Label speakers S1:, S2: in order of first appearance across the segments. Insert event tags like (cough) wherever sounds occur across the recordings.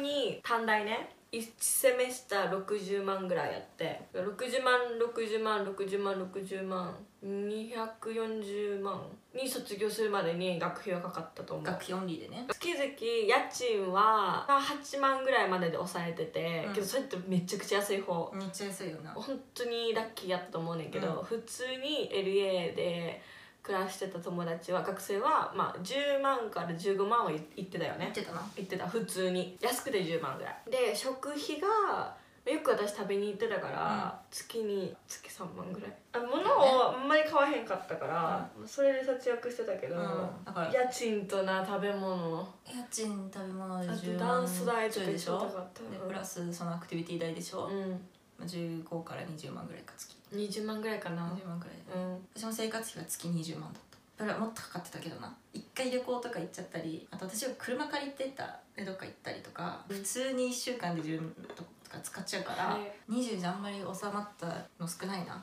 S1: に短大ね1セメスター60万ぐらいやって60万60万60万60万240万に卒業するまでに学費はかかったと思う
S2: 学費オンリーでね
S1: 月々家賃は8万ぐらいまでで抑えてて、
S2: うん
S1: けどそれってめちゃくちゃ安い方、
S2: めっちゃ安いよな
S1: 本当にラッキーやったと思うねんけど、
S2: う
S1: 普通に LA で暮らしてた友達は学生は、まあ、10万から15万は言ってたよ
S2: 言
S1: ね
S2: ってたな
S1: 言ってた普通に安くて10万ぐらいで食費がよく私食べに行ってたから、月に月3万ぐらいあ物をあんまり買わへんかったから、それで節約してたけど、
S2: うんだから
S1: 家賃とな食べ物
S2: 家賃食べ物で
S1: あ
S2: 10
S1: と
S2: 万
S1: ダンス代と
S2: ちょ
S1: か
S2: い
S1: 言
S2: で
S1: って
S2: した
S1: か
S2: ょ
S1: った
S2: でプラスそのアクティビティ代でしょ、
S1: うん
S2: まあ15から20万ぐらいか月
S1: 20万ぐらいかな
S2: 20万ぐらい
S1: うん
S2: 私も生活費は月20万だっただからもっとかかってたけどな一回旅行とか行っちゃったりあと私は車借りてたでどっか行ったりとか普通に1週間で10万とか使っちゃうから、
S1: はい
S2: 20じゃあんまり収まったの少ないな
S1: なんか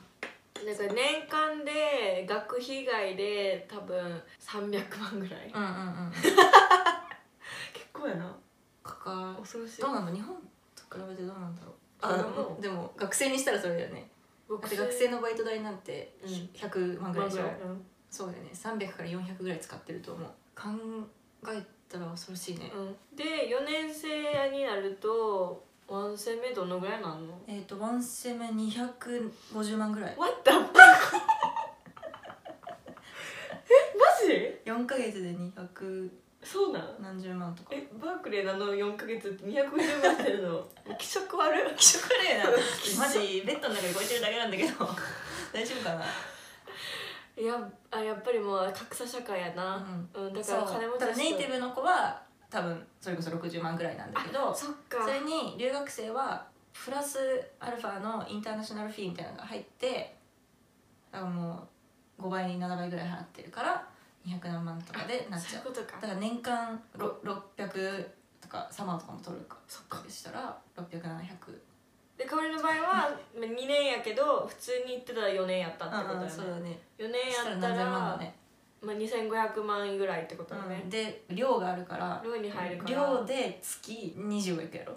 S1: 年間で学費以外で多分300万ぐらい
S2: うんうんうん
S1: 結構やな
S2: かか
S1: 恐ろしい
S2: どうなんだ日本と比べてどうなんだろう
S1: あ
S2: あ
S1: でも
S2: でも学生にしたらそれだよねだって学生のバイト代なんて
S1: うん
S2: 100万ぐらいでしょ、
S1: うん
S2: そうだよね300から400ぐらい使ってると思う考えたら恐ろしいね、
S1: うんで4年生になるとワンセ目どのぐらいなんの
S2: えっ、とワンセメ250万ぐらい
S1: What the fuck え
S2: 4ヶ月で200
S1: マジそうなん
S2: 何十万とか
S1: えバークレーなの4ヶ月って250万してるの気色悪い
S2: 気色悪いな (laughs) マジベッドの中でこうやってるだけなんだけど (laughs) 大丈夫かない
S1: やあやっぱりもう格差社会やな、うんだから
S2: そう
S1: 金持ち
S2: た
S1: の
S2: だ
S1: 人
S2: ネイティブの子は多分それこそ60万ぐらいなんだけどそ
S1: そっか
S2: れに留学生はプラスアルファのインターナショナルフィーみたいなのが入ってだからもう5倍7倍ぐらい払ってるから200何万とかでなっ
S1: そう
S2: ち
S1: い
S2: ゃ
S1: う
S2: う
S1: ことか
S2: だから年間ろ600とか3万とかも取るか
S1: そっか
S2: でしたら600700
S1: で香りの場合は2年やけど普通に行ってたら4年やったってことだよね
S2: そうだね
S1: 4年やったら
S2: 何千万だね、
S1: まあ、2500万円ぐらいってことだね、
S2: で寮があるから
S1: 寮に入るから
S2: 寮で月25いくやろ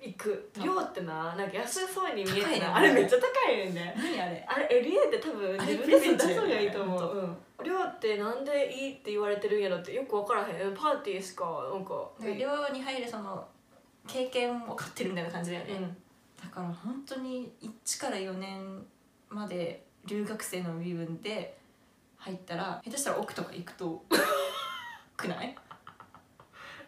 S1: 行く
S2: うん
S1: 寮ってななんか安そうに見え
S2: 高いね
S1: てないあれめっちゃ高いよね
S2: 何あれ
S1: あれ LA って多分
S2: あれ
S1: 自分で住ん
S2: プレゼントやよ
S1: だ方
S2: ね
S1: がいいと思
S2: ほん
S1: う、うん、寮ってなんでいいって言われてるんやろってよく分からへんパーティーしかなんか
S2: だから寮に入るその経験を買ってるみたいな感じだよね、
S1: うん
S2: だから本当に1から4年まで留学生の身分で入ったら下手したら奥とか行くと (laughs) くない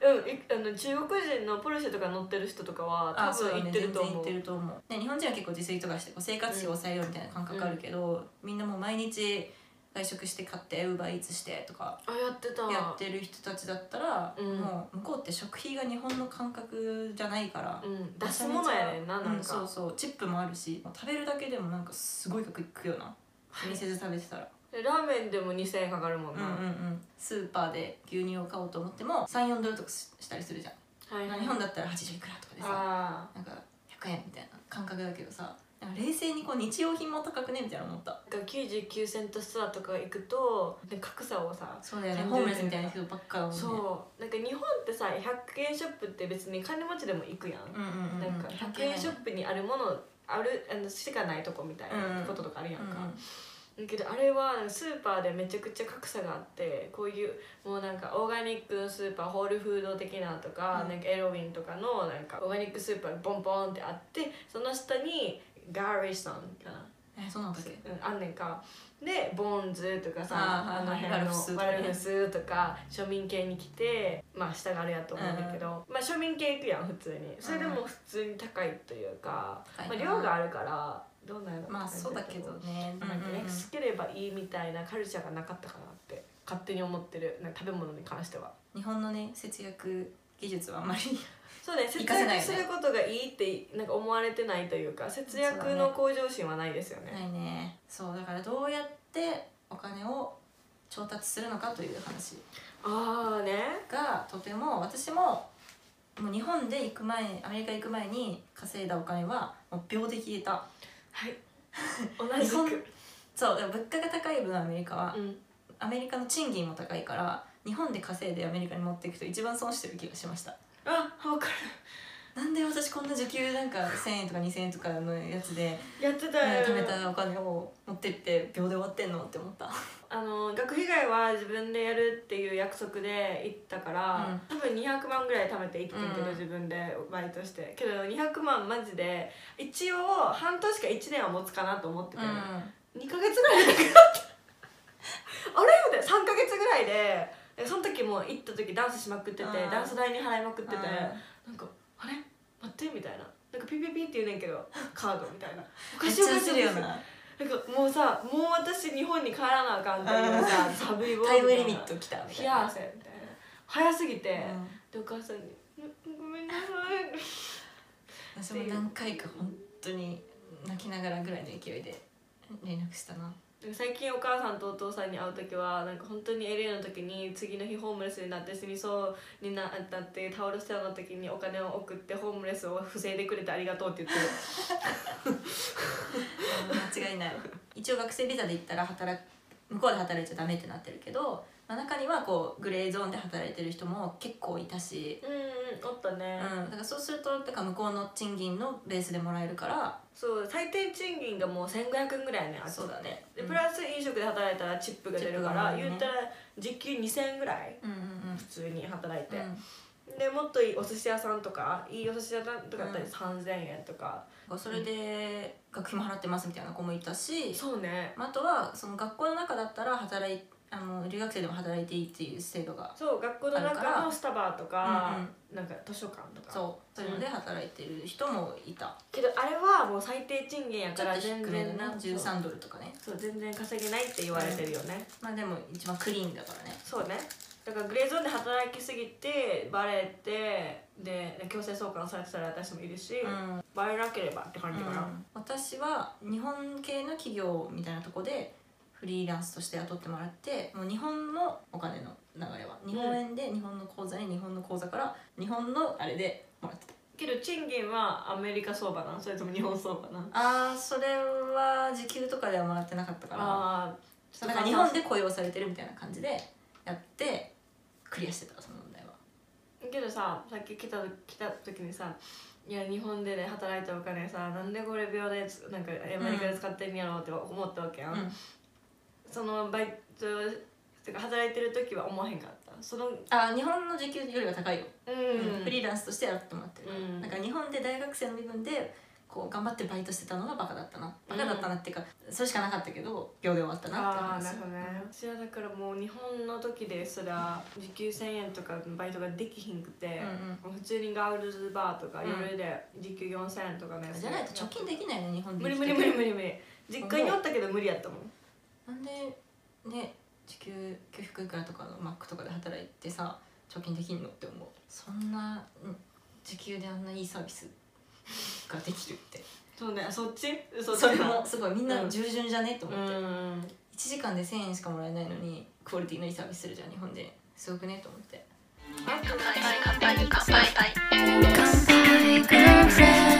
S1: うん、いあの中国人のポルシェとか乗ってる人とかは多
S2: そうだ
S1: 分行
S2: ね
S1: ってると
S2: 全然行
S1: 思
S2: っ
S1: う
S2: てると思う、ね、日本人は結構自炊とかしてこう生活費を抑えようみたいな感覚あるけど、みんなもう毎日外食して買ってウーバーイーツしてとか
S1: あやってた
S2: やってる人たちだったら、
S1: うん
S2: もう向こうって食費が日本の感覚じゃないから、
S1: うん、出すものやねんななん
S2: うん
S1: か、
S2: そうそうチップもあるし食べるだけでもなんかすごい額いくよなお店で食べてたら、
S1: でラーメンでも2000円かかるも
S2: う
S1: ん
S2: んう
S1: な、
S2: んうんスーパーで牛乳を買おうと思っても34ドルとかししたりするじゃん、
S1: はいはい
S2: 日本だったら80いくらとかでさ
S1: あ
S2: なんか100円みたいな感覚だけどさなんか冷静にこう日用品も高くねみたいな思った
S1: ーなんか99セントストアとか行くとで格差をさ
S2: そうだよね
S1: ね
S2: ホームレスみたいな人ばっかだもんね
S1: そうなんか日本ってさ100円ショップって別に金持ちでも行くやん,、
S2: うんうんうん、
S1: なんか100円ショップにあるものあるあのしかないとこみたい
S2: うんう
S1: なんこととかあるやん
S2: うん
S1: か、
S2: うん
S1: だけどあれはスーパーでめちゃくちゃ格差があってこういうもうなんかオーガニックのスーパーホールフード的なとか,、
S2: うん
S1: なんかエロウィンとかのなんかオーガニックスーパーがボンボンってあってその下にガーリさんかな、
S2: えそうなんだっけ
S1: うん、あんねんかでボンズとかさ
S2: あー
S1: あの
S2: はい
S1: 辺
S2: はい
S1: の
S2: ワ
S1: ワ
S2: ル
S1: ル
S2: フ
S1: フスとか庶民系に来てまあ下があれやと思うんだけど、まあ庶民系行くやん普通にそれでも普通に高いというか、
S2: うん
S1: まあ、量があるからどうなんやろって
S2: まあ
S1: 感じ
S2: そうだけどね
S1: なんか
S2: うんうんうん
S1: 安ければいいみたいなカルチャーがなかったかなって勝手に思ってるなんか食べ物に関しては
S2: 日本のね節約技術はあんまり
S1: そうね
S2: 活
S1: 節
S2: かせないよね
S1: 約することがいいってなんか思われてないというか節約の向上心はないですよね
S2: ないねそうだからどうやってお金を調達するのかという話
S1: ああね
S2: がとても私ももう日本で行く前アメリカ行く前に稼いだお金はもう秒で消えた
S1: はい
S2: (laughs)
S1: 同じく
S2: そうだから物価が高い分アメリカは、
S1: うん
S2: アメリカの賃金も高いから日本で稼いでアメリカに持っていくと一番損してる気がしました
S1: あわか
S2: なんで私こんな時給なんか1,000円とか2,000円とかのやつで、
S1: やってた
S2: ね
S1: よ
S2: 貯めたお金を持ってって秒で終わってんのって思った
S1: あの学費以外は自分でやるっていう約束で行ったから、
S2: うん
S1: 多分200万ぐらい貯めて行ってんけど、
S2: うん
S1: 自分でバイトしてけど200万マジで一応半年か1年は持つかなと思ってて、二2ヶ月ぐらいでなくなったあれみたいな3ヶ月ぐらいでえその時もう行った時ダンスしまくってて
S2: うん
S1: ダンス代に払いまくってて
S2: うん
S1: なんか「あれ待って」みたいな「なんかピピピ」って言うねんけどカードみたいな「
S2: (laughs)
S1: お
S2: め
S1: か
S2: っ
S1: し
S2: ち
S1: いお
S2: ゃ
S1: かしい
S2: 焦るよ
S1: おかしい」
S2: な
S1: なんかもうさもう私日本に帰らなあかんっていうさ寒い
S2: タイムリミット来たみた
S1: 冷
S2: いな
S1: や汗みたいな早すぎて、
S2: うん
S1: でお母さんに「ごめんなさい」
S2: 私も何回か本当に泣きながらぐらいの勢いで連絡したな
S1: でも最近お母さんとお父さんに会う時はなんか本当に LA の時に次の日ホームレスになって死にそうになったっていうタオルステアの時にお金を送ってホームレスを防いでくれてありがとうって言ってる
S2: 間違いない一応学生ビザで行ったら働く向こうで働いちゃダメってなってるけど、まあ、中にはこうグレーゾーンで働いてる人も結構いたし、
S1: うんうんおった
S2: う
S1: ね、
S2: ん、だからそうするとだから向こうの賃金のベースでもらえるから
S1: そう最低賃金がもう1500円ぐらいねあっちって
S2: そうだね
S1: で
S2: うん
S1: プラス飲食で働いたらチップが出るから、
S2: チップがね
S1: 言ったら時給2000円ぐらい
S2: うんうんうん
S1: 普通に働いて、
S2: うん
S1: でもっといいお寿司屋さんとかいいお寿司屋さんとかだったら
S2: うん
S1: 3000円とか、
S2: それで学費も払ってますみたいな子もいたし、
S1: そうね
S2: まああとはその学校の中だったら働いあの留学生でも働いていいっていう制度が
S1: そう学校の
S2: あるか
S1: 中
S2: ら
S1: のスタバとか、
S2: うん
S1: なんか図書館とか
S2: そうそういうので働いてる人もいた、
S1: けどあれはもう最低賃金や
S2: ち
S1: か
S2: ょっ
S1: ら
S2: と低
S1: 全
S2: め
S1: 然
S2: だな
S1: そう
S2: 13ドルとかね
S1: そう全然稼げないって言われてるよね、
S2: まあでも一番クリーンだからね
S1: そうねだからグレーゾーンで働きすぎてバレてで強制送還されてたら私もいるし、
S2: うん
S1: バレなければって感じかな、
S2: 私は日本系の企業みたいなとこでフリーランスとして雇ってもらってもう日本のお金の流れは日本円で日本の口座に日本の口座から日本のあれでもらってた
S1: けど賃金はアメリカ相場なんそれとも日本相場なん
S2: ああそれは時給とかではもらってなかったから
S1: ああ
S2: なんか日本で雇用されてるみたいな感じでやってクリアしてたその問題は
S1: けどささっき来た来た時にさいや日本で、ね、働いたお金さなんでこれ秒でつなんかアメリカで使ってんやろうって思ったわけやん、
S2: うん
S1: そのバイトてか働いてる時は思わへんかったそのうん、
S2: あー日本の時給よりは高いよフリ
S1: ー
S2: ーランスとしてやってもらってるから、
S1: うん
S2: なんか日本で大学生の身分でこう頑張ってバイトしてたのがバカだったなバカだったなっていうか、それしかなかったけど秒で終わったなっていう
S1: ああ
S2: 話
S1: なるほどね私はだからもう日本の時ですら時給1000円とかのバイトができひんくて、もう普通にガールズバーとか
S2: うん
S1: 夜で時給4000円とかね、
S2: じゃないと貯金できないね日本で
S1: 無理無理無理無理無理実家におったけど無理やったもん
S2: なんでね時給900いくらとかのマックとかで働いてさ貯金できんのって思うそんなうん時給であんないいサービスができるって
S1: そうねそっち
S2: そ
S1: そ
S2: れもすごいみんな従順じゃねと
S1: う
S2: 思って、
S1: ん
S2: 1時間で1,000円しかもらえないのにクオリティのいいサービスするじゃん日本人すごくねと思って
S3: 乾杯乾杯乾杯 Girlfriend